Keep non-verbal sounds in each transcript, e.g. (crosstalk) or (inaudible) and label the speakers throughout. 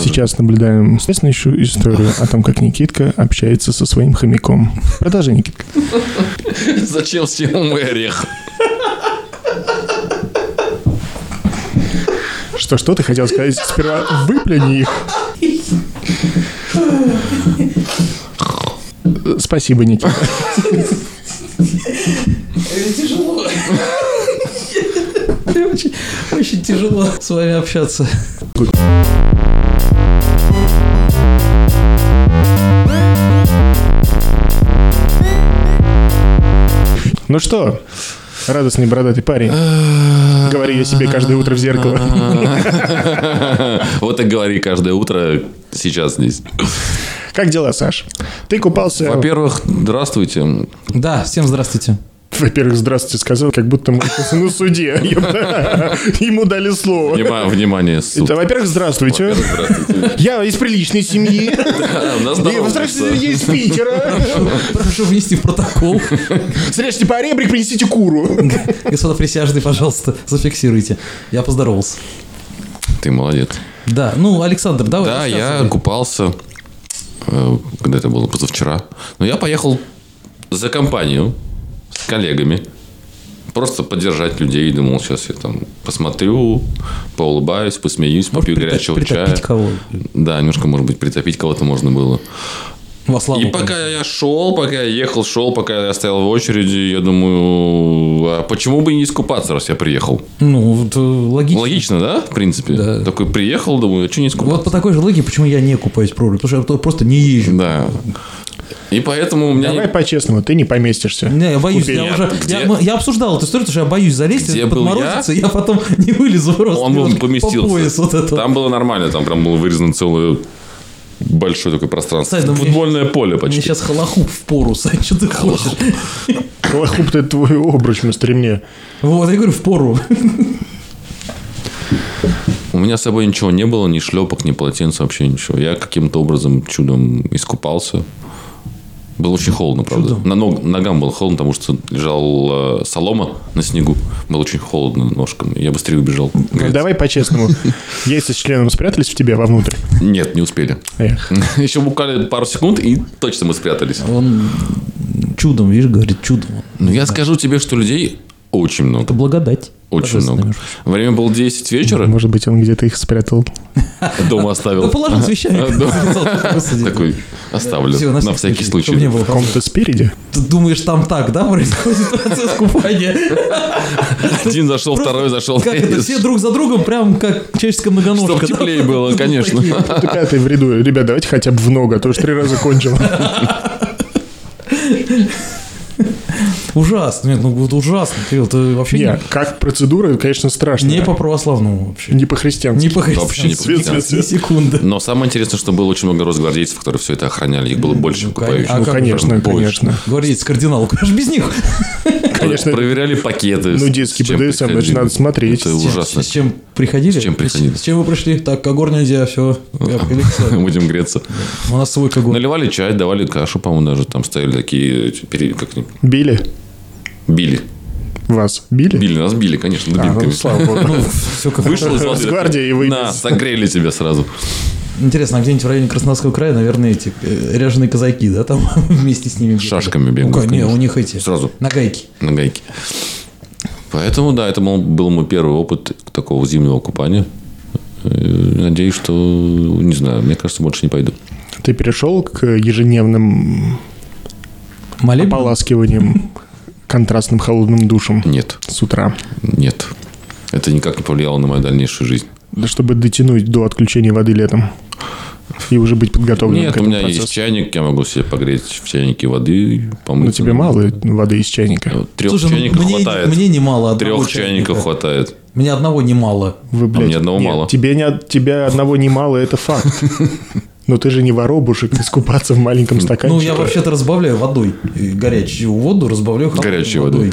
Speaker 1: сейчас наблюдаем следственную историю о том, как Никитка общается со своим хомяком. Продолжи, Никитка.
Speaker 2: (laughs) Зачем съел мой орех?
Speaker 1: Что, что ты хотел сказать? Сперва выплюни их. Спасибо, Никита.
Speaker 3: Это тяжело. (laughs) Очень, очень тяжело с вами общаться.
Speaker 1: Ну что, радостный бородатый парень, говори я себе каждое утро в зеркало.
Speaker 2: Вот и говори каждое утро сейчас здесь.
Speaker 1: Как дела, Саш? Ты купался...
Speaker 2: Во-первых, здравствуйте.
Speaker 3: Да, всем здравствуйте.
Speaker 1: Во-первых, здравствуйте сказал, как будто мы сейчас на суде. Ему дали слово.
Speaker 2: Внима- Внимание, суд.
Speaker 1: Это, во-первых, здравствуйте.
Speaker 2: Во-первых, здравствуйте.
Speaker 1: Я из приличной семьи.
Speaker 2: А, у нас
Speaker 1: И,
Speaker 2: здоровается.
Speaker 1: Здравствуйте, я из Питера.
Speaker 3: (laughs) Прошу внести в протокол.
Speaker 1: а? Срежьте по ребрик, принесите куру.
Speaker 3: Господа присяжные, пожалуйста, зафиксируйте. Я поздоровался.
Speaker 2: Ты молодец.
Speaker 3: Да, ну, Александр, давай.
Speaker 2: Да, я
Speaker 3: рассказывай.
Speaker 2: купался, э, когда это было, позавчера. Но я поехал за компанию с коллегами. Просто поддержать людей. Думал, сейчас я там посмотрю, поулыбаюсь, посмеюсь, попью
Speaker 3: Прита-
Speaker 2: горячего
Speaker 3: притопить
Speaker 2: чая.
Speaker 3: кого?
Speaker 2: Да, немножко, может быть, притопить кого-то можно было.
Speaker 3: Во славу.
Speaker 2: И пока я шел, пока я ехал, шел, пока я стоял в очереди, я думаю, а почему бы и не искупаться, раз я приехал?
Speaker 3: Ну, вот, э, логично.
Speaker 2: Логично, да, в принципе?
Speaker 3: Да.
Speaker 2: Такой приехал, думаю, а что не искупаться?
Speaker 3: Вот по такой же логике, почему я не купаюсь в проруби, потому что я просто не езжу.
Speaker 2: Да. И поэтому у меня...
Speaker 1: Давай по-честному, ты не поместишься.
Speaker 3: Не, я боюсь, я
Speaker 1: Купи.
Speaker 3: уже.
Speaker 2: Где-
Speaker 3: Я, мы- я обсуждал эту историю, потому что я боюсь залезть,
Speaker 2: Где был
Speaker 3: подморозиться, я? потом (laughs) не вылезу просто.
Speaker 2: Он
Speaker 3: немножко
Speaker 2: бы поместился.
Speaker 3: По пояс вот это.
Speaker 2: Там было нормально, там прям было вырезано целое большое такое пространство.
Speaker 3: Кстати, да мне-
Speaker 2: Футбольное поле
Speaker 3: Мне
Speaker 2: почти.
Speaker 3: сейчас холохуп в пору, (laughs) Сань, что ты хочешь?
Speaker 1: Колохуп ты твой обруч на стремне.
Speaker 3: Вот, я говорю, в пору.
Speaker 2: У меня с собой ничего не было, ни шлепок, ни полотенца, вообще ничего. Я каким-то образом чудом искупался. Было очень холодно, правда.
Speaker 3: Чудом?
Speaker 2: На ног, ногам было холодно, потому что лежал э, солома на снегу. Было очень холодно ножкам. Я быстрее убежал. Говорит,
Speaker 1: Ну, Давай по-честному. Яйца с членом спрятались в тебя вовнутрь?
Speaker 2: Нет, не успели. (laughs)
Speaker 1: Эх.
Speaker 2: Еще буквально пару секунд, и точно мы спрятались.
Speaker 3: Он чудом, видишь, говорит, чудом.
Speaker 2: Но я скажу тебе, что людей очень много.
Speaker 3: Это благодать.
Speaker 2: Очень
Speaker 3: Божественная,
Speaker 2: много.
Speaker 3: между прочим.
Speaker 2: Время было 10 вечера.
Speaker 1: Может быть, он где-то их спрятал.
Speaker 2: Дома оставил.
Speaker 3: Да положи с вещами.
Speaker 2: А, (laughs) Такой оставлю. На всякий
Speaker 3: Не
Speaker 2: случай.
Speaker 1: В
Speaker 3: было.
Speaker 1: ком-то спереди?
Speaker 3: Ты думаешь, там так, да,
Speaker 2: (laughs)
Speaker 3: происходит процесс купания?
Speaker 2: Один зашел, второй зашел.
Speaker 3: Как это, все друг за другом, прям как чешская
Speaker 2: Чтоб
Speaker 3: многоножка. да?
Speaker 2: теплее
Speaker 1: Ну,
Speaker 2: было, конечно.
Speaker 3: Такие.
Speaker 1: Ты пятый в ряду. Ребят, давайте хотя бы в ногу, а то уж три раза кончил.
Speaker 3: Ужасно, нет, ну вот ужасно, Кирилл, ты вообще
Speaker 1: Не,
Speaker 3: не-
Speaker 1: как процедура, конечно, страшно.
Speaker 3: не по православному вообще.
Speaker 1: Не по-христиански.
Speaker 3: Не по
Speaker 2: Вообще не
Speaker 3: христианству.
Speaker 2: по-христиански.
Speaker 3: Ни секунды.
Speaker 2: Но самое интересное, что было очень много росгвардейцев, которые все это охраняли. Их было больше, чем
Speaker 3: Ну,
Speaker 2: купающих.
Speaker 3: а
Speaker 1: Ну,
Speaker 3: как
Speaker 1: конечно,
Speaker 2: же, больше.
Speaker 1: конечно.
Speaker 3: Говорит, кардинал, (laughs) куда же без них?
Speaker 1: Конечно.
Speaker 2: Проверяли пакеты.
Speaker 1: Ну,
Speaker 2: с-
Speaker 1: диски
Speaker 2: с чем
Speaker 1: BDSM,
Speaker 2: приходили.
Speaker 1: это надо смотреть.
Speaker 2: Это ужасно. (laughs)
Speaker 3: С чем приходили?
Speaker 2: С чем приходили?
Speaker 3: С чем вы пришли? Так, когор нельзя, все.
Speaker 2: Будем греться.
Speaker 3: У нас свой
Speaker 2: (laughs)
Speaker 3: когор.
Speaker 2: Наливали чай, давали кашу, по-моему, даже там стояли такие, эти, пере- как они,
Speaker 1: Били?
Speaker 2: били.
Speaker 1: Вас били?
Speaker 2: Били, нас били, конечно,
Speaker 1: А, ну,
Speaker 2: дубинками.
Speaker 1: слава богу.
Speaker 3: Все как
Speaker 1: (laughs)
Speaker 2: Вышел из воды.
Speaker 1: Росгвардия и вынес.
Speaker 2: На, согрели тебя сразу.
Speaker 3: Интересно, а где-нибудь в районе Краснодарского края, наверное, эти э, ряженые казаки, да, там (laughs) вместе с ними бегают?
Speaker 2: Шашками бегают,
Speaker 3: Ну, Не,
Speaker 2: конечно.
Speaker 3: у них эти.
Speaker 2: Сразу.
Speaker 3: На гайке.
Speaker 2: на гайке. Поэтому, да, это мол, был мой первый опыт такого зимнего купания. Э, Надеюсь, что, не знаю, мне кажется, больше не пойду.
Speaker 1: Ты перешел к ежедневным
Speaker 3: Молебен?
Speaker 1: ополаскиваниям контрастным холодным душем
Speaker 2: Нет,
Speaker 1: с утра,
Speaker 2: нет. Это никак не повлияло на мою дальнейшую жизнь.
Speaker 1: Да, чтобы дотянуть до отключения воды летом и уже быть подготовленным
Speaker 2: Нет,
Speaker 1: к
Speaker 2: у
Speaker 1: этому
Speaker 2: меня есть
Speaker 1: процессу.
Speaker 2: чайник, я могу себе погреть в чайнике воды, помыть.
Speaker 1: Но тебе мало воды из чайника.
Speaker 2: Трех
Speaker 3: Ну, Слушай, ну,
Speaker 2: чайников
Speaker 3: мне,
Speaker 2: хватает.
Speaker 3: мне немало одного
Speaker 2: Трех чайников хватает.
Speaker 3: Мне одного немало.
Speaker 1: Вы, блядь,
Speaker 2: а мне одного
Speaker 1: нет,
Speaker 2: мало.
Speaker 1: Тебе, не, от- тебе одного немало, это
Speaker 2: (laughs)
Speaker 1: факт. Но ты же не воробушек, искупаться в маленьком стаканчике.
Speaker 3: Ну, я вообще-то разбавляю водой. И Горячую воду разбавляю холодной
Speaker 2: Горячей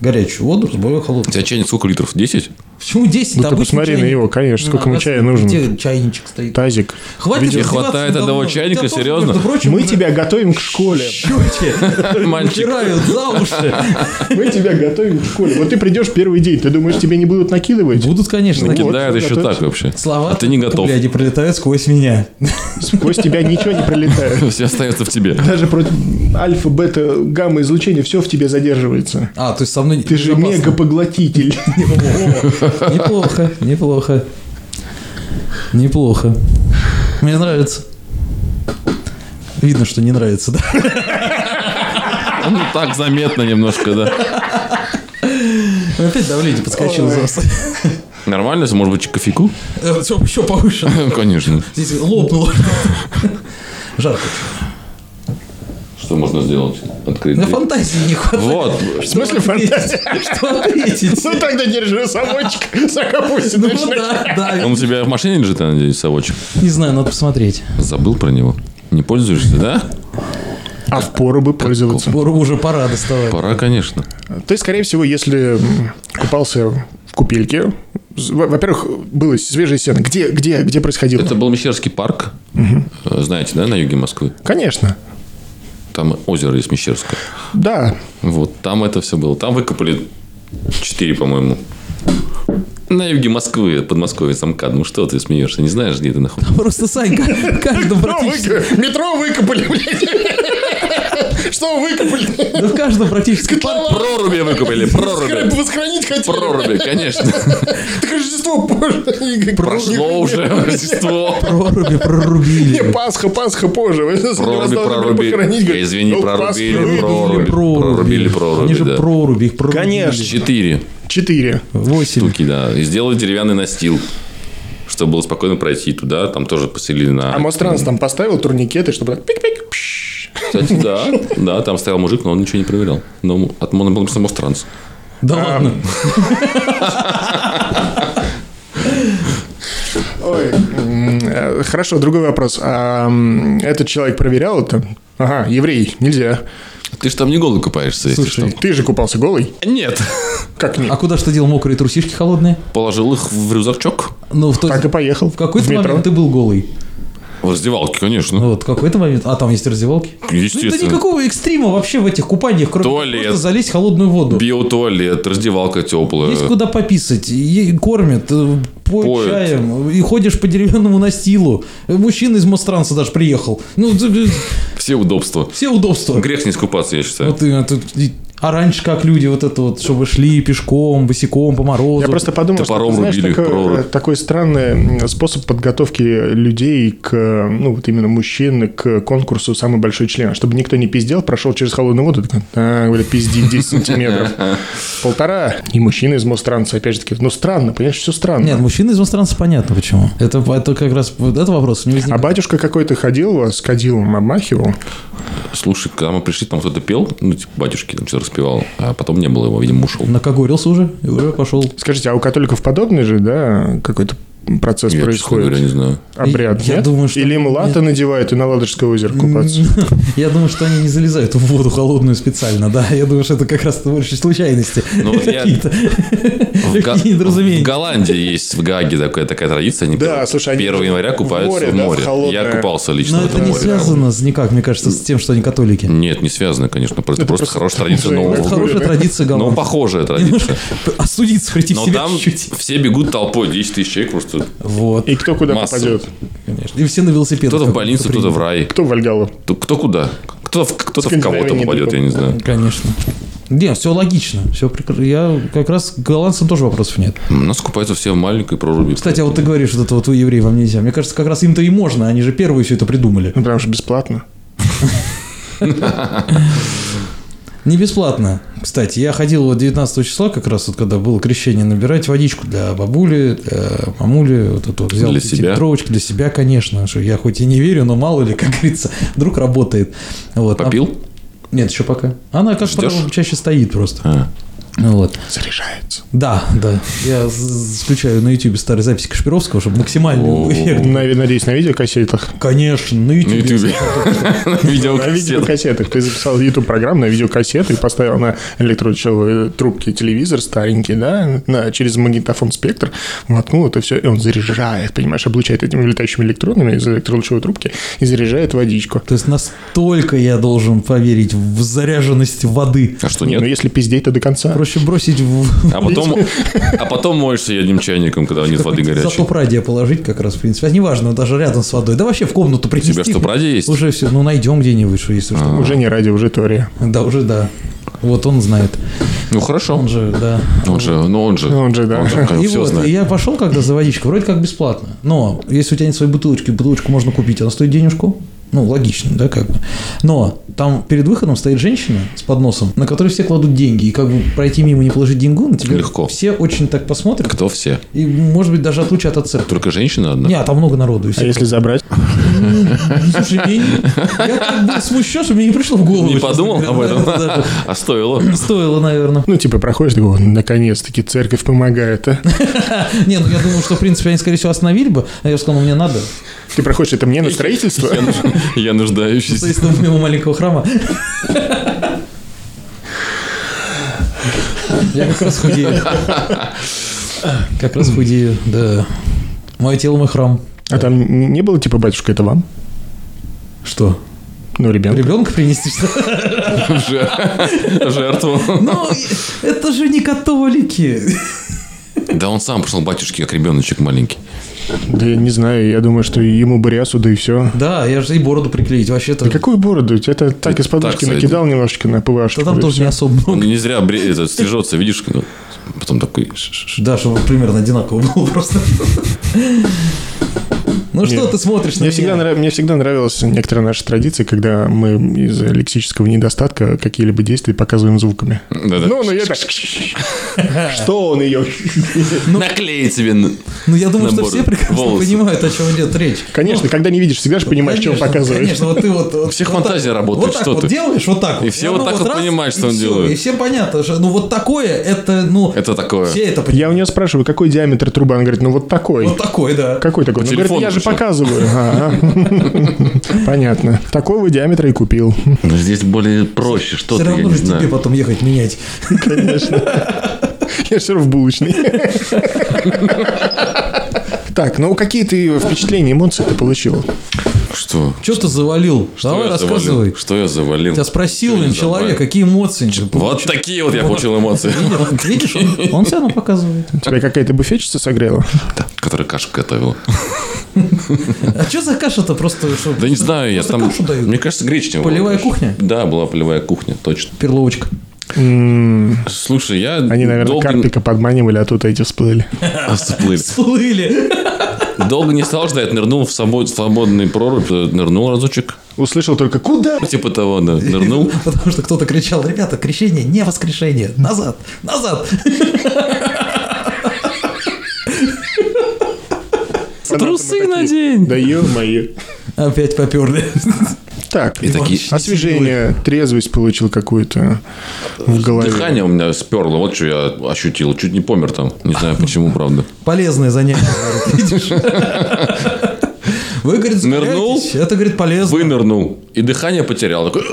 Speaker 3: Горячую воду разбавляю холодной. (laughs)
Speaker 2: У тебя чайник сколько литров? 10?
Speaker 3: Почему 10?
Speaker 1: Ну ты посмотри на него, конечно, сколько ему чая нужно.
Speaker 3: Тебе А, чайничек стоит.
Speaker 1: Тазик.
Speaker 3: Хватит
Speaker 1: Видел?
Speaker 2: Тебе
Speaker 3: раздеваться
Speaker 2: хватает
Speaker 3: надо
Speaker 2: одного
Speaker 3: мной.
Speaker 2: чайника?
Speaker 3: Тебя тоже,
Speaker 2: Серьезно?
Speaker 3: между прочим,
Speaker 1: Мы
Speaker 3: уже
Speaker 1: тебя готовим к школе.
Speaker 3: щеки
Speaker 2: (laughs) Мальчик.
Speaker 3: натирают за уши.
Speaker 1: Мы тебя готовим к школе. Вот ты придешь первый день, ты думаешь, тебе не будут накидывать?
Speaker 3: Будут, конечно,
Speaker 1: Ну,
Speaker 3: такие
Speaker 1: вот,
Speaker 2: Кидают
Speaker 1: всё
Speaker 2: еще
Speaker 1: готовится.
Speaker 2: так вообще.
Speaker 3: слова.
Speaker 2: А ты не готов.
Speaker 3: Бля, они прилетают сквозь меня.
Speaker 1: Сквозь тебя ничего не пролетает.
Speaker 2: (laughs) Все остается в тебе.
Speaker 1: Даже против альфа, бета, гамма излучения все в тебе задерживается.
Speaker 3: А, то есть со мной
Speaker 1: Ты же
Speaker 3: безопасно. (laughs) Ну
Speaker 1: мега-поглотитель.
Speaker 3: Неплохо, неплохо. Неплохо. Мне нравится. Видно, что не нравится, да? (laughs)
Speaker 2: Ну, так заметно немножко, да.
Speaker 3: Опять давление подскочило
Speaker 1: Ой.
Speaker 3: взрослый.
Speaker 2: Нормально, если, может быть, кофейку? (laughs)
Speaker 3: Все еще повыше.
Speaker 2: Конечно.
Speaker 3: Здесь лопнуло. Жарко.
Speaker 2: Что можно сделать? Открыть
Speaker 3: На
Speaker 2: дверь.
Speaker 3: фантазии не хватает.
Speaker 2: Вот.
Speaker 1: В смысле фантазия?
Speaker 3: Что ответить?
Speaker 1: Ну тогда держи совочек за капустин.
Speaker 3: Ну да, да.
Speaker 2: Он у тебя в машине лежит, я надеюсь, совочек.
Speaker 3: Не знаю, надо посмотреть.
Speaker 2: Забыл про него. Не пользуешься, да?
Speaker 1: А впору бы пользоваться.
Speaker 3: Бору уже пора доставать.
Speaker 2: Пора, конечно.
Speaker 1: Ты, скорее всего, если м, купался в купельке, з- во- во-первых, было свежее сено. Где, где, где происходило?
Speaker 2: Это был Мещерский парк. Э, Знаете, да, на юге Москвы?
Speaker 1: Конечно.
Speaker 2: Там озеро есть Мещерское.
Speaker 1: Да.
Speaker 2: Вот, там это все было. Там выкопали 4, по-моему. На юге Москвы, Подмосковье, Самкад. Ну что ты смеешься? Не знаешь, где ты находишься?
Speaker 3: Просто, Санька, каждом
Speaker 1: Ну,
Speaker 3: практически
Speaker 1: выко- Метро выкопали, блядь. (laughs) Что выкопали?
Speaker 3: Да в каждом практически парке.
Speaker 2: Проруби выкопали, проруби.
Speaker 1: Воскранить хотели.
Speaker 2: Проруби, конечно.
Speaker 1: (laughs) Так Рождество позже. а
Speaker 2: Прошло уже Рождество.
Speaker 3: Проруби прорубили.
Speaker 1: Не, Пасха, Пасха позже. (laughs) Вы с
Speaker 2: Проруби,
Speaker 1: Владом
Speaker 2: проруби.
Speaker 1: похоронить, говорит,
Speaker 2: Извини,
Speaker 1: ну,
Speaker 2: прорубили,
Speaker 1: Пасху
Speaker 2: проруби. Прорубили,
Speaker 3: Они
Speaker 2: проруби,
Speaker 3: же
Speaker 2: да.
Speaker 3: проруби, их прорубили.
Speaker 1: Конечно.
Speaker 2: Четыре
Speaker 1: Четыре.
Speaker 3: Восемь.
Speaker 2: штуки, да. И сделали деревянный настил, чтобы было спокойно пройти туда. Там тоже поселили на...
Speaker 1: А Мостранс там поставил турникеты, чтобы так пик-пик. пш.
Speaker 2: Кстати, да. Да, там стоял мужик, но он ничего не проверял. Но от он был написано «Мостранс».
Speaker 3: Да ладно.
Speaker 1: Ой. м, э, Хорошо, другой вопрос. А, м, этот человек проверял это? Ага, еврей, нельзя.
Speaker 2: А Ты же там не голый купаешься, если что.
Speaker 1: Слушай, ты же купался голый?
Speaker 2: Нет.
Speaker 1: Как нет?
Speaker 3: А куда ж ты дел мокрые трусишки холодные?
Speaker 2: Положил их в рюкзачок.
Speaker 3: Ну, в тот-
Speaker 1: Так и поехал.
Speaker 3: В какой-то
Speaker 1: в метро.
Speaker 3: момент ты был голый.
Speaker 2: В раздевалке, конечно.
Speaker 3: Вот, в какой-то момент. А, там есть раздевалки.
Speaker 2: Естественно.
Speaker 3: Ну, да никакого экстрима вообще в этих купаниях, кроме как
Speaker 2: Туалет.
Speaker 3: просто залезть в холодную воду.
Speaker 2: Биотуалет, раздевалка теплая.
Speaker 3: Есть куда пописать, е- кормят, э,
Speaker 2: Э.
Speaker 3: поют
Speaker 2: Поют.
Speaker 3: чаем, и ходишь по деревянному настилу. Э, Мужчина из Мостранца даже приехал. Ну, д- д-
Speaker 2: Все удобства.
Speaker 3: все удобства.
Speaker 2: Грех не искупаться, я считаю.
Speaker 3: Вот именно тут. и- А раньше как люди вот это вот, чтобы шли пешком, босиком, по морозу.
Speaker 1: Я просто подумал, что
Speaker 2: Топором
Speaker 1: ты знаешь,
Speaker 2: рубили их,
Speaker 1: такой,
Speaker 2: прорубь.
Speaker 1: э, такой странный м, способ подготовки людей к, э, ну, вот именно мужчин к конкурсу «Самый большой член». Чтобы никто не пиздел, прошел через холодную воду, такой, а, говорят, пизди 10
Speaker 2: (laughs)
Speaker 1: сантиметров. Полтора. И мужчины из Мостранца, опять же таки, ну, странно, понимаешь, все странно.
Speaker 3: Нет, мужчина из Мостранца понятно почему. Это, это как раз, вот это вопрос не
Speaker 1: А
Speaker 3: возникает.
Speaker 1: батюшка какой-то ходил у вас, с кадилом обмахивал.
Speaker 3: Ну,
Speaker 2: Слушай, когда мы пришли, там кто-то пел, ну, типа батюшки там что-то распевал, а потом не было его, видимо, ушел.
Speaker 3: Накогорился уже, и уже пошел.
Speaker 1: Скажите, а у католиков подобный же, да, какой-то процесс
Speaker 2: Я, честно говоря,
Speaker 1: происходит?
Speaker 2: не знаю.
Speaker 1: Обряд,
Speaker 3: Я
Speaker 1: нет?
Speaker 3: думаю, что
Speaker 1: Или им
Speaker 3: нет.
Speaker 1: лата надевают и на Ладожское озеро купаться?
Speaker 3: Я думаю, что они не залезают в воду холодную специально, да. Я думаю, что это как раз больше случайности.
Speaker 2: Ну, вот я-
Speaker 3: Какие-то
Speaker 2: В, Га-
Speaker 3: (laughs) Какие недоразумения.
Speaker 2: в Голландии есть в Гаге такая, такая традиция. Они
Speaker 1: Да,
Speaker 2: там
Speaker 1: слушай, они
Speaker 2: 1 января
Speaker 1: в
Speaker 2: купаются
Speaker 1: море,
Speaker 2: в
Speaker 1: да, в
Speaker 2: море.
Speaker 1: холодное.
Speaker 2: Я купался лично
Speaker 3: Но
Speaker 2: в
Speaker 3: это
Speaker 2: этом
Speaker 3: не
Speaker 2: море.
Speaker 3: связано с- никак, мне кажется, с тем, что они католики.
Speaker 2: Нет, не связано, конечно. Просто,
Speaker 1: Это
Speaker 2: просто
Speaker 1: просто
Speaker 2: хорошая традиция
Speaker 1: уже
Speaker 2: нового
Speaker 1: играет
Speaker 3: Это
Speaker 1: Ого.
Speaker 2: года.
Speaker 3: хорошая традиция
Speaker 2: Но
Speaker 3: голландцев.
Speaker 2: похожая
Speaker 3: Немножко (laughs)
Speaker 2: традиция.
Speaker 3: осудиться против
Speaker 2: Но
Speaker 3: себя
Speaker 2: ну, там
Speaker 3: чуть-чуть.
Speaker 2: все бегут толпой, 10 тысяч человек просто.
Speaker 3: Вот,
Speaker 1: И кто куда
Speaker 2: Массово.
Speaker 1: попадет?
Speaker 3: конечно. И все на велосипедах.
Speaker 2: Кто-то в
Speaker 3: как-то
Speaker 2: больницу, кто-то в
Speaker 3: приедут.
Speaker 2: рай.
Speaker 1: Кто в Вальгалу?
Speaker 2: Кто- Кто куда? Кто в, кто-то в
Speaker 1: Скандинавия
Speaker 2: кого-то попадет,
Speaker 1: недалеко.
Speaker 2: я не знаю.
Speaker 3: Конечно. Не, все логично. Все прекра... Я как раз к голландцам тоже вопросов нет.
Speaker 2: У нас купаются все в маленькой проруби.
Speaker 3: Кстати, а вот ты говоришь, вот это вот вы евреи вам нельзя. Мне кажется, как раз им-то и можно, они же первые все это придумали.
Speaker 1: Ну, потому что бесплатно.
Speaker 3: Не бесплатно. Кстати, я ходил вот 19 числа, как раз вот когда было крещение, набирать водичку для бабули, для мамули, вот это вот взял
Speaker 2: Для
Speaker 3: эти
Speaker 2: себя.
Speaker 3: литровочки для себя, конечно, что я хоть и не верю, но мало ли, (laughs) как говорится, вдруг работает. Вот. А-
Speaker 2: Попил?
Speaker 3: Нет, еще пока. Она, как
Speaker 2: Ждёшь?
Speaker 3: правило, чаще стоит просто.
Speaker 2: А.
Speaker 3: Ну Вот.
Speaker 1: Заряжается.
Speaker 3: Да, да. Я с- включаю на YouTube старые записи Кашпировского, чтобы максимальный (laughs)
Speaker 2: О.
Speaker 3: эффект.
Speaker 1: Нав- Надеюсь, на видеокассетах.
Speaker 3: Конечно, на
Speaker 2: На
Speaker 3: YouTube.
Speaker 2: Ютубе. (laughs)
Speaker 1: На
Speaker 2: Видеокассета.
Speaker 1: видеокассетах. Ты записал YouTube программу на видеокассету и поставил на электрочеловой трубке телевизор старенький, да, на, через магнитофон спектр, воткнул это все, и он заряжает, понимаешь, облучает этими летающими электронами из электролучевой трубки и заряжает водичку.
Speaker 3: То есть настолько я должен поверить в заряженность воды.
Speaker 2: А что,
Speaker 1: Не, ну
Speaker 2: нет?
Speaker 1: если пиздеть, то до конца.
Speaker 3: Проще бросить в
Speaker 2: А потом, (laughs) а потом моешься одним чайником, когда нет воды горячей.
Speaker 3: затоп радия положить как раз, в принципе. А неважно, даже рядом с водой. Да вообще в комнату принести.
Speaker 2: стопрадия есть?
Speaker 3: Уже все, ну найдем где-нибудь, что если что.
Speaker 1: Уже не радио, уже теория.
Speaker 2: А.
Speaker 3: Да, уже да. Вот он знает.
Speaker 2: Ну хорошо.
Speaker 3: Он же, да.
Speaker 2: Он же, ну он же.
Speaker 1: Он же, да.
Speaker 2: Он же
Speaker 3: (laughs) И
Speaker 2: все
Speaker 3: вот, и
Speaker 2: А, знает.
Speaker 3: я пошел когда за водичкой, вроде как бесплатно. Но если у тебя нет своей бутылочки, бутылочку можно купить, она стоит денежку. Ну, логично, да, как бы. Но там перед выходом стоит женщина с подносом, на которой все кладут деньги. И как бы пройти мимо, не положить деньгу, на тебя
Speaker 2: Легко.
Speaker 3: все очень так посмотрят.
Speaker 2: Кто все?
Speaker 3: И, может быть, даже отлучат от церкви.
Speaker 2: Только женщина одна?
Speaker 3: Не, а там много народу. И
Speaker 1: А
Speaker 3: все.
Speaker 1: если забрать?
Speaker 3: Ну, Слушай, мне не- я как бы смущен, что мне не пришло в голову.
Speaker 2: Не
Speaker 3: честно
Speaker 2: подумал
Speaker 3: говоря.
Speaker 2: об этом?
Speaker 3: Да, да, да.
Speaker 2: А стоило. (laughs)
Speaker 3: Стоило, наверное.
Speaker 1: Ну, типа, проходишь, такой, «О, наконец-таки церковь помогает, а?
Speaker 3: Не, ну я думал, что, в принципе, они, скорее всего, остановили бы. А я сказал, ну мне надо.
Speaker 1: Ты проходишь, это мне на строительство?
Speaker 2: Я нуж- Я нуждающийся.
Speaker 3: Соответственно, моего ну, маленького храма. Я как раз худею. Как раз худею, да. Мое тело, мой храм.
Speaker 1: А там не было, типа, батюшка, это вам?
Speaker 3: Что?
Speaker 1: Ну, ребенок.
Speaker 3: Ребенка принести, что ли? (laughs)
Speaker 2: Жер- Жертву.
Speaker 3: Ну, это же не католики.
Speaker 2: Да он сам пошел батюшки, как ребеночек маленький.
Speaker 1: Да я не знаю, я думаю, что ему бы рясу, да и все.
Speaker 3: Да, я же и бороду приклеить. Вообще-то...
Speaker 1: Да какую бороду? Это так из подушки
Speaker 2: так
Speaker 1: накидал немножечко на
Speaker 3: Да
Speaker 1: ПВАшку.
Speaker 3: там
Speaker 1: да
Speaker 3: тоже
Speaker 1: всё.
Speaker 3: не особо много.
Speaker 2: Он не зря бре- это, стрижется, видишь, ну, потом такой... ш- ш- ш.
Speaker 3: Да, чтобы примерно одинаково было просто. Ну что
Speaker 1: Нет.
Speaker 3: ты смотришь на
Speaker 1: Мне всегда,
Speaker 3: меня?
Speaker 1: нрав- мне всегда нравилась некоторая наша традиция, когда мы из лексического недостатка какие-либо действия показываем звуками.
Speaker 2: Да-да.
Speaker 1: Ну, ну я
Speaker 3: (laughs)
Speaker 1: так... Что он ее...
Speaker 2: Наклеит себе. на-
Speaker 3: Ну я думаю, что
Speaker 2: Набор
Speaker 3: все прекрасно
Speaker 2: волос.
Speaker 3: понимают, о чем идет речь.
Speaker 1: Конечно, когда не видишь, всегда же понимаешь, что он
Speaker 3: Ну, Конечно,
Speaker 1: показывает.
Speaker 3: Конечно, вот ты вот... вот-
Speaker 2: Всех
Speaker 3: вот так-
Speaker 2: фантазия работает,
Speaker 3: Вот так
Speaker 2: что
Speaker 3: вот
Speaker 2: ты.
Speaker 3: делаешь, вот так вот.
Speaker 2: все
Speaker 3: оно
Speaker 2: вот так вот
Speaker 3: раз,
Speaker 2: понимают, что
Speaker 3: и
Speaker 2: он
Speaker 3: всё,
Speaker 2: делает.
Speaker 3: И всем понятно, что ну вот такое, это, ну...
Speaker 2: Это такое.
Speaker 3: Все это понимают.
Speaker 1: Я у нее спрашиваю, какой диаметр трубы? Она говорит, ну вот такой.
Speaker 3: Вот такой, да.
Speaker 1: Какой такой? Ну, говорит,
Speaker 2: телефону
Speaker 1: я же
Speaker 2: причем.
Speaker 1: показываю. Ага. (laughs) Понятно. Такого диаметра и купил. (laughs)
Speaker 2: Ну, здесь более проще
Speaker 3: Все
Speaker 2: что-то, я
Speaker 3: равно
Speaker 2: не
Speaker 3: же тебе
Speaker 2: знаю.
Speaker 3: потом ехать менять.
Speaker 1: Я все равно в булочной. (laughs) Так, ну какие ты впечатления, эмоции ты получил?
Speaker 2: Что?
Speaker 3: Что ты завалил?
Speaker 2: Что
Speaker 3: Давай
Speaker 2: я завалил?
Speaker 3: рассказывай.
Speaker 2: Что я завалил?
Speaker 3: Тебя спросил
Speaker 2: Что я
Speaker 3: блин, человек,
Speaker 2: завалил?
Speaker 3: какие эмоции.
Speaker 2: Вот такие вот я получил эмоции.
Speaker 3: Видишь, он- он все равно показывает.
Speaker 1: Тебя какая-то буфетчица согрела?
Speaker 2: Который кашу готовил.
Speaker 3: А что за каша-то просто? что,
Speaker 2: Да не знаю, я
Speaker 3: просто
Speaker 2: там...
Speaker 3: кашу дают?
Speaker 2: Мне кажется, гречневая. была
Speaker 3: Полевая
Speaker 2: каша.
Speaker 3: кухня?
Speaker 2: Да, была полевая кухня, точно.
Speaker 3: Перловочка.
Speaker 1: М,
Speaker 2: Слушай, я
Speaker 1: Они, наверное,
Speaker 2: долго...
Speaker 1: карпика подманивали, а тут эти всплыли. (laughs)
Speaker 2: Всплыли.
Speaker 3: Всплыли. (laughs)
Speaker 2: Долго не стал ждать, нырнул в свобод- свободный прорубь, э, нырнул разочек.
Speaker 1: Услышал только «Куда?»
Speaker 2: Типа того, да,
Speaker 1: (laughs)
Speaker 2: нырнул.
Speaker 3: Потому что кто-то кричал, ребята, крещение, не воскрешение. Назад, назад. Трусы надень.
Speaker 1: Да ё-моё.
Speaker 3: Опять поперли.
Speaker 1: Так,
Speaker 2: И такие...
Speaker 1: освежение, трезвость получил какую-то в голове.
Speaker 2: Дыхание у меня сперло, вот что я ощутил. Чуть не помер там. Не знаю почему, правда.
Speaker 3: Полезное занятие, говорит, видишь. Вы, говорит,
Speaker 2: Нырнул?
Speaker 3: закаляетесь, Это, говорит, полезно.
Speaker 2: Вынырнул, и дыхание потерял. Такой... (gasps)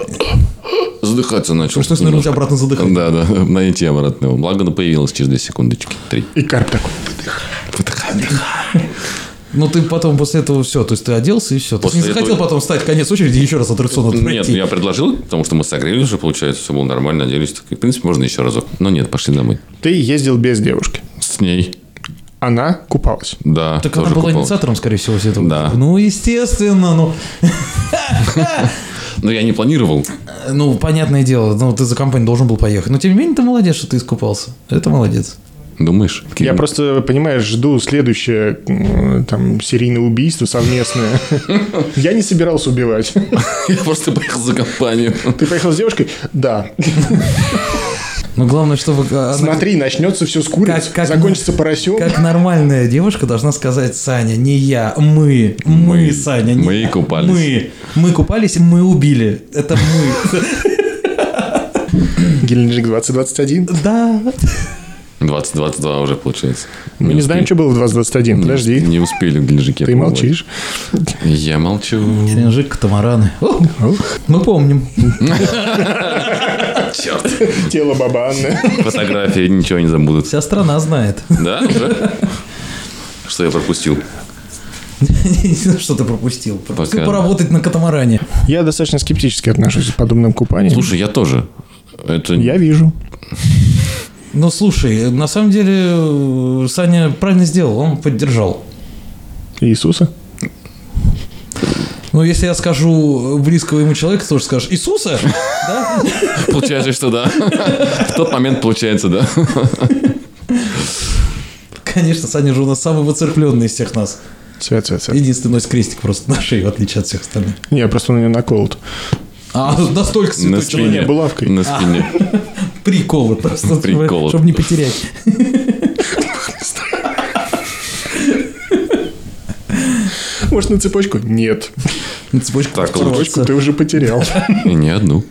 Speaker 2: Задыхаться начал.
Speaker 3: Пришлось нырнуть
Speaker 2: немножко.
Speaker 3: обратно задыхать.
Speaker 2: Да, да, (laughs) найти обратно. Благо, оно появилось через две секундочки. Три.
Speaker 1: И карп такой.
Speaker 3: Но Ну, ты потом после этого все, то есть ты оделся и все. Ты
Speaker 2: После
Speaker 3: не захотел
Speaker 2: этого-
Speaker 3: потом встать в конец очереди и еще раз аттракцион
Speaker 2: Нет,
Speaker 3: пройти.
Speaker 2: я предложил, потому что мы согрели уже, получается, все было нормально, оделись. Так, в принципе, можно еще разок. Но нет, пошли домой.
Speaker 1: Ты ездил без девушки.
Speaker 2: С ней.
Speaker 1: Она купалась.
Speaker 2: Да,
Speaker 3: Так
Speaker 2: тоже
Speaker 3: она была
Speaker 2: купал.
Speaker 3: инициатором, скорее всего, всего этого.
Speaker 2: Да.
Speaker 3: Ну, естественно, ну,
Speaker 2: Но Ну, я не планировал.
Speaker 3: э, ну, понятное дело, ну, ты за компанию должен был поехать. Но, тем не менее, ты молодец, что ты искупался. Это молодец.
Speaker 2: Думаешь?
Speaker 1: Я
Speaker 2: Кирилл?
Speaker 1: просто, понимаешь, жду следующее м, там серийное убийство совместное. Я не собирался убивать.
Speaker 2: (laughs) Я просто поехал за компанию.
Speaker 1: Ты поехал с девушкой? Да.
Speaker 3: Но главное, чтобы а, она-
Speaker 1: Смотри, начнется все с куриц,
Speaker 3: Как- как-
Speaker 1: закончится поросем.
Speaker 3: как нормальная девушка должна сказать, Саня, не я, мы, мы,
Speaker 2: Мы.
Speaker 3: Саня. не
Speaker 2: Мы
Speaker 3: я,
Speaker 2: купались». (laughs)
Speaker 3: Мы, мы купались, мы убили. Это мы.
Speaker 1: Геленджик 2021.
Speaker 3: Да.
Speaker 2: 2022 уже получается.
Speaker 1: Мы Ну, не знаем,
Speaker 2: успели.
Speaker 1: что было в 2021.
Speaker 2: Не-
Speaker 1: Подожди.
Speaker 2: Не успели в Геленджике.
Speaker 1: Ты
Speaker 2: побывать.
Speaker 1: молчишь.
Speaker 2: Я молчу.
Speaker 3: Геленджик, катамараны. О,
Speaker 1: Ух,
Speaker 3: Мы помним.
Speaker 2: Черт.
Speaker 1: тело бабанное.
Speaker 2: Фотографии ничего не забудут.
Speaker 3: Вся страна знает. (laughs)
Speaker 2: Да, уже? Что я пропустил?
Speaker 3: Не знаю, Что ты пропустил? Пропустил
Speaker 2: Пока.
Speaker 3: поработать на катамаране.
Speaker 1: Я достаточно скептически отношусь к подобным купаниям.
Speaker 2: Слушай, я тоже. Это...
Speaker 1: Я вижу.
Speaker 3: Ну, слушай, на самом деле э, Саня правильно сделал, он поддержал.
Speaker 1: Иисуса.
Speaker 3: Ну, если я скажу близкого ему человека, ты тоже скажешь «Иисуса?» (laughs) Да?
Speaker 2: Получается, что да. В тот момент получается, да.
Speaker 3: Конечно, Саня же у нас самый выцерпленный из всех нас.
Speaker 1: Цвет, цвет, цвет.
Speaker 3: Единственный носит крестик просто на шее, в отличие от всех остальных.
Speaker 1: Не, я просто на нее наколот.
Speaker 3: А (laughs) настолько
Speaker 2: На
Speaker 3: святой
Speaker 2: спине.
Speaker 3: человек.
Speaker 1: булавкой.
Speaker 2: На спине.
Speaker 3: Приколы просто,
Speaker 2: Приколы.
Speaker 3: чтобы не потерять.
Speaker 1: Может, на цепочку? Нет.
Speaker 3: На Цепочку
Speaker 2: Так,
Speaker 3: порваться.
Speaker 1: Цепочку ты уже потерял.
Speaker 2: И не одну.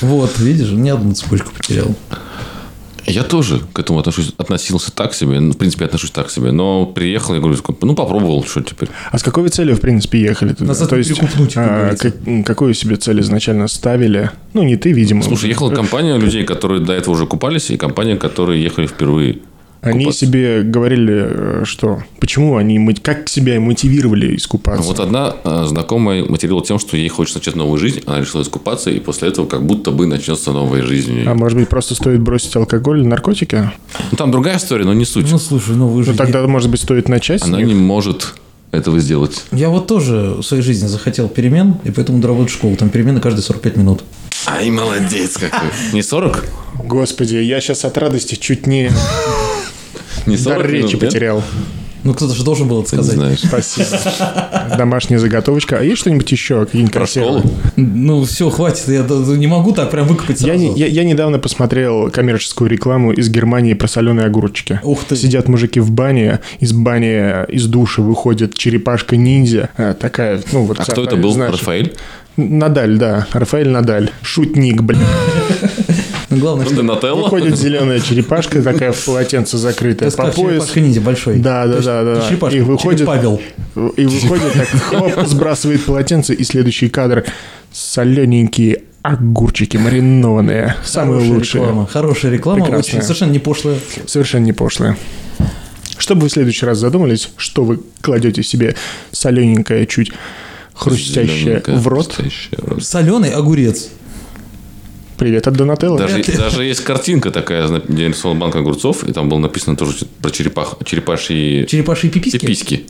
Speaker 3: Вот, видишь, ни одну цепочку потерял.
Speaker 2: А Я тоже к этому отношусь, относился так себе. Ну, В принципе, отношусь так себе. Но приехал, я говорю, такой, ну, попробовал, что теперь.
Speaker 1: А с какой вы целью, в принципе, ехали туда?
Speaker 3: Назад
Speaker 1: То есть,
Speaker 3: перекупнуть, как
Speaker 1: а,
Speaker 3: говорится.
Speaker 1: как- м, какую себе цель изначально ставили? Ну, не ты, видимо.
Speaker 2: Слушай, ехала компания людей, которые до этого уже купались, и компания, которые ехали впервые.
Speaker 1: Они
Speaker 2: купаться.
Speaker 1: себе говорили, э, что... Почему они... мыть- Как себя и мотивировали
Speaker 2: А
Speaker 1: искупаться?
Speaker 2: Вот одна э, знакомая мотивировала тем, что ей хочется начать новую жизнь, она решила искупаться, и после этого как будто бы начнется новая жизнь. у неё.
Speaker 1: А может быть, просто стоит бросить алкоголь, наркотики?
Speaker 2: Ну, там другая история, но не суть.
Speaker 3: Ну, слушай, ну вы же...
Speaker 1: Ну, тогда, может быть, стоит начать с
Speaker 2: Она
Speaker 1: них?
Speaker 2: не может этого сделать.
Speaker 3: Я вот тоже в своей жизни захотел перемен, и поэтому доработал школу. Там перемены каждые 45 минут.
Speaker 2: Ай, молодец какой. Не 40?
Speaker 1: Господи, я сейчас от радости чуть
Speaker 2: (laughs)
Speaker 1: не
Speaker 2: Не
Speaker 1: дар
Speaker 2: 40
Speaker 1: речи
Speaker 2: минут, нет?
Speaker 1: потерял.
Speaker 3: Ну, кто-то же должен был это
Speaker 2: Ты не
Speaker 3: сказать.
Speaker 2: знаешь.
Speaker 1: Спасибо. Домашняя заготовочка. А есть что-нибудь еще? Какие-нибудь
Speaker 2: Про
Speaker 1: консервы?
Speaker 2: школу?
Speaker 3: Ну, все, хватит, я д- не могу так прям выкопать сразу.
Speaker 1: Я, не- я- я недавно посмотрел коммерческую рекламу из Германии про соленые огурчики.
Speaker 3: Ух ты.
Speaker 1: Сидят мужики в бане, из бани, из души выходит черепашка-ниндзя. э, Такая, ну вот...
Speaker 2: А
Speaker 1: вся
Speaker 2: кто это
Speaker 1: та-
Speaker 2: был?
Speaker 1: знаешь,
Speaker 2: Рафаэль?
Speaker 1: Надаль, да. Рафаэль Надаль. Шутник,
Speaker 2: (laughs)
Speaker 1: блин.
Speaker 3: Ну, главное, что...
Speaker 2: Донателло?
Speaker 1: Выходит зеленая черепашка, такая в полотенце закрытая
Speaker 3: Это
Speaker 1: по
Speaker 3: как
Speaker 1: пояс.
Speaker 3: черепашка ниндзя большой.
Speaker 1: Да,
Speaker 3: То
Speaker 1: да,
Speaker 3: есть
Speaker 1: да, да.
Speaker 3: ты
Speaker 1: да.
Speaker 3: Черепашка,
Speaker 1: И выходит,
Speaker 3: Павел.
Speaker 1: и выходит так, хоп, сбрасывает полотенце, и следующий кадр солененькие огурчики маринованные. Самые лучшие.
Speaker 3: Реклама. Хорошая реклама,
Speaker 1: Прекрасная.
Speaker 3: очень, совершенно не пошлая.
Speaker 1: Совершенно не пошлые. Чтобы вы в следующий раз задумались, что вы кладете себе солененькое, чуть хрустящее
Speaker 2: Зелёненькая,
Speaker 1: в рот.
Speaker 2: хрустящая в рот.
Speaker 3: Соленый огурец.
Speaker 1: Привет от Донателло.
Speaker 2: Даже,
Speaker 3: Вряд ли.
Speaker 2: даже есть картинка такая, зна- где нарисован банк огурцов, и там было написано тоже типа, про черепах, черепашьи
Speaker 3: Черепашьи пиписки.
Speaker 2: пиписьки.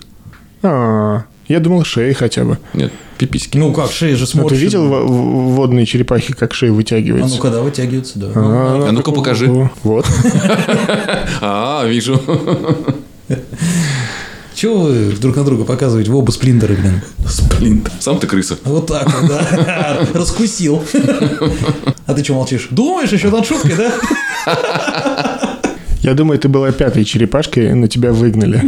Speaker 1: А, я думал, шеи хотя бы.
Speaker 2: Нет, пиписьки.
Speaker 3: Ну как, шея же
Speaker 1: Но ты
Speaker 3: смотрит.
Speaker 1: видел в- в- водные черепахи, как шея
Speaker 3: А
Speaker 1: вытягивается?
Speaker 3: ну-ка, да, вытягивается, да.
Speaker 1: А,
Speaker 2: А ну-ка покажи.
Speaker 1: о, Вот. (laughs)
Speaker 2: А, вижу.
Speaker 3: Чего вы друг на друга показываете? Вы оба сплинтеры, блин. Сплинтер.
Speaker 2: Сам ты крыса.
Speaker 3: Вот так вот, да. (laughs) Раскусил. А ты что молчишь? Думаешь еще над шуткой, да? (laughs)
Speaker 1: Я думаю, ты была пятой черепашкой, но тебя выгнали.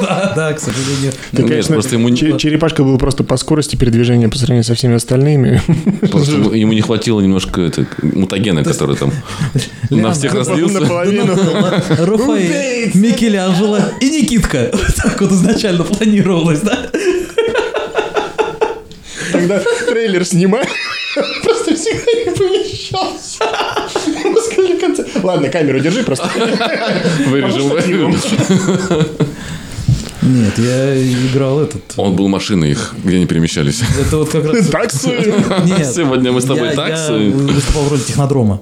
Speaker 3: Да, да, к сожалению.
Speaker 1: Ты,
Speaker 2: Нет,
Speaker 1: конечно,
Speaker 2: просто ему не-
Speaker 1: че- черепашка была просто по скорости передвижения по сравнению со всеми остальными. (laughs)
Speaker 2: Просто ему- ему не хватило немножко это, мутагена, который там на
Speaker 3: Леонардо.
Speaker 1: (laughs)
Speaker 2: всех разлился.
Speaker 1: Наполовину.
Speaker 3: Рафаэль, Микеланджело и Никитка. (laughs) Вот Так вот изначально планировалось, да?
Speaker 1: Тогда трейлер снимали, (laughs) просто всегда не помещался. Мы сказали в конце. Ладно, камеру держи просто.
Speaker 2: Вырежем.
Speaker 3: Нет, я играл этот.
Speaker 2: Он был машиной их, где они перемещались.
Speaker 3: Это вот как
Speaker 2: (laughs)
Speaker 3: раз...
Speaker 1: Таксы.
Speaker 3: Нет,
Speaker 2: Сегодня мы с тобой
Speaker 3: я-
Speaker 2: таксы.
Speaker 3: Я выступал в роли технодрома.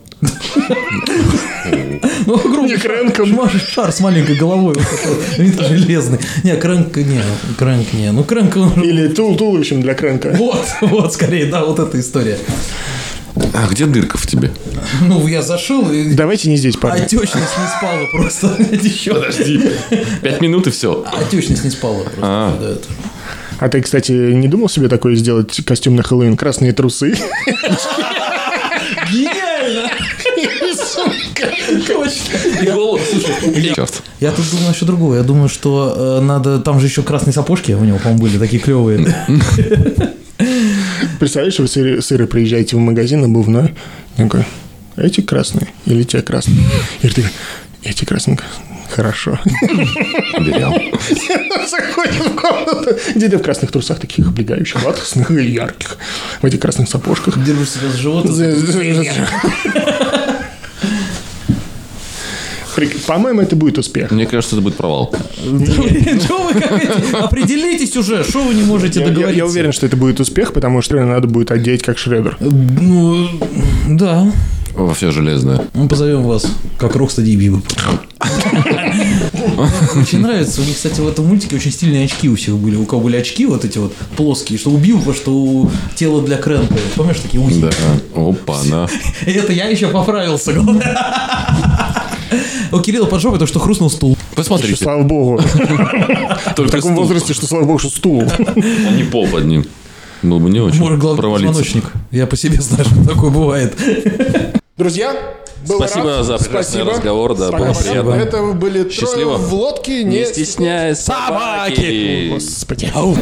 Speaker 3: Ну, грубо
Speaker 1: Не крэнком.
Speaker 3: шар- Шар с маленькой головой. вот такой, вид Железный. Не, крэнк, не, крэнк, не. Ну, крэнк, он же-
Speaker 1: Или тул туловищем для крэнка.
Speaker 3: Вот, вот, скорее, да, вот эта история.
Speaker 2: А где дырка в тебе?
Speaker 3: Ну, я зашил, и
Speaker 1: Давайте не здесь, парни.
Speaker 3: отечность не спала просто. (laughs) Еще
Speaker 2: Подожди. Пять минут и все.
Speaker 3: Отечность не спала просто.
Speaker 2: А.
Speaker 3: да, это.
Speaker 1: А ты, кстати, не думал себе такое сделать костюм на Хэллоуин? Красные трусы.
Speaker 3: Гениально! Точно.
Speaker 2: И голову. Черт.
Speaker 3: Я тут думаю еще другое. Я думаю, что э, надо... Там же еще красные сапожки у него, по-моему, были такие клевые.
Speaker 1: Представляешь, вы сыры, сыры приезжаете в магазин обувной. Такой, «А эти красные или те красные? И ты эти красные. Хорошо.
Speaker 2: Берем.
Speaker 1: (laughs) Заходим в комнату. Дядя в красных трусах, таких облегающих, латексных и ярких. В этих красных сапожках.
Speaker 3: (laughs) Держишь себя за живот.
Speaker 1: (laughs) Прик- По-моему, это будет успех.
Speaker 2: Мне кажется, это будет провал.
Speaker 3: (laughs) Чего вы как эти- Определитесь уже, что вы не можете
Speaker 1: Я, я- я
Speaker 3: договориться.
Speaker 1: уверен, что это будет успех, потому что реально надо будет одеть как Шредер.
Speaker 3: Ну, да.
Speaker 2: Во все железное.
Speaker 3: Мы позовем вас, как Рокстади Биба. (laughs) Очень нравится. У них, кстати, в этом мультике очень стильные очки у всех были. У кого были очки вот эти вот плоские, что у Биба, что у тела для Крэнпа. Помнишь, такие узенькие?
Speaker 2: Да. Опа, на.
Speaker 3: И Это я еще поправился. главное. У Кирилла под жопой то, что хрустнул стул.
Speaker 1: Еще,
Speaker 2: Посмотрите.
Speaker 1: слава богу. (laughs) В
Speaker 2: Только
Speaker 1: таком
Speaker 2: стул,
Speaker 1: возрасте, что слава богу, что стул.
Speaker 2: а не пол под ним. Было бы не очень
Speaker 3: Может, главный
Speaker 2: провалиться.
Speaker 3: позвоночник. Я по себе знаю, что такое бывает.
Speaker 1: (laughs) Друзья, был
Speaker 2: Спасибо
Speaker 1: рад.
Speaker 2: за прекрасный
Speaker 1: Спасибо.
Speaker 2: разговор, да, было
Speaker 1: Спасибо.
Speaker 2: приятно.
Speaker 1: Это были трое
Speaker 2: Счастливо.
Speaker 1: в лодке.
Speaker 2: Не стесняйся собаки.
Speaker 1: Господи.
Speaker 3: Ау.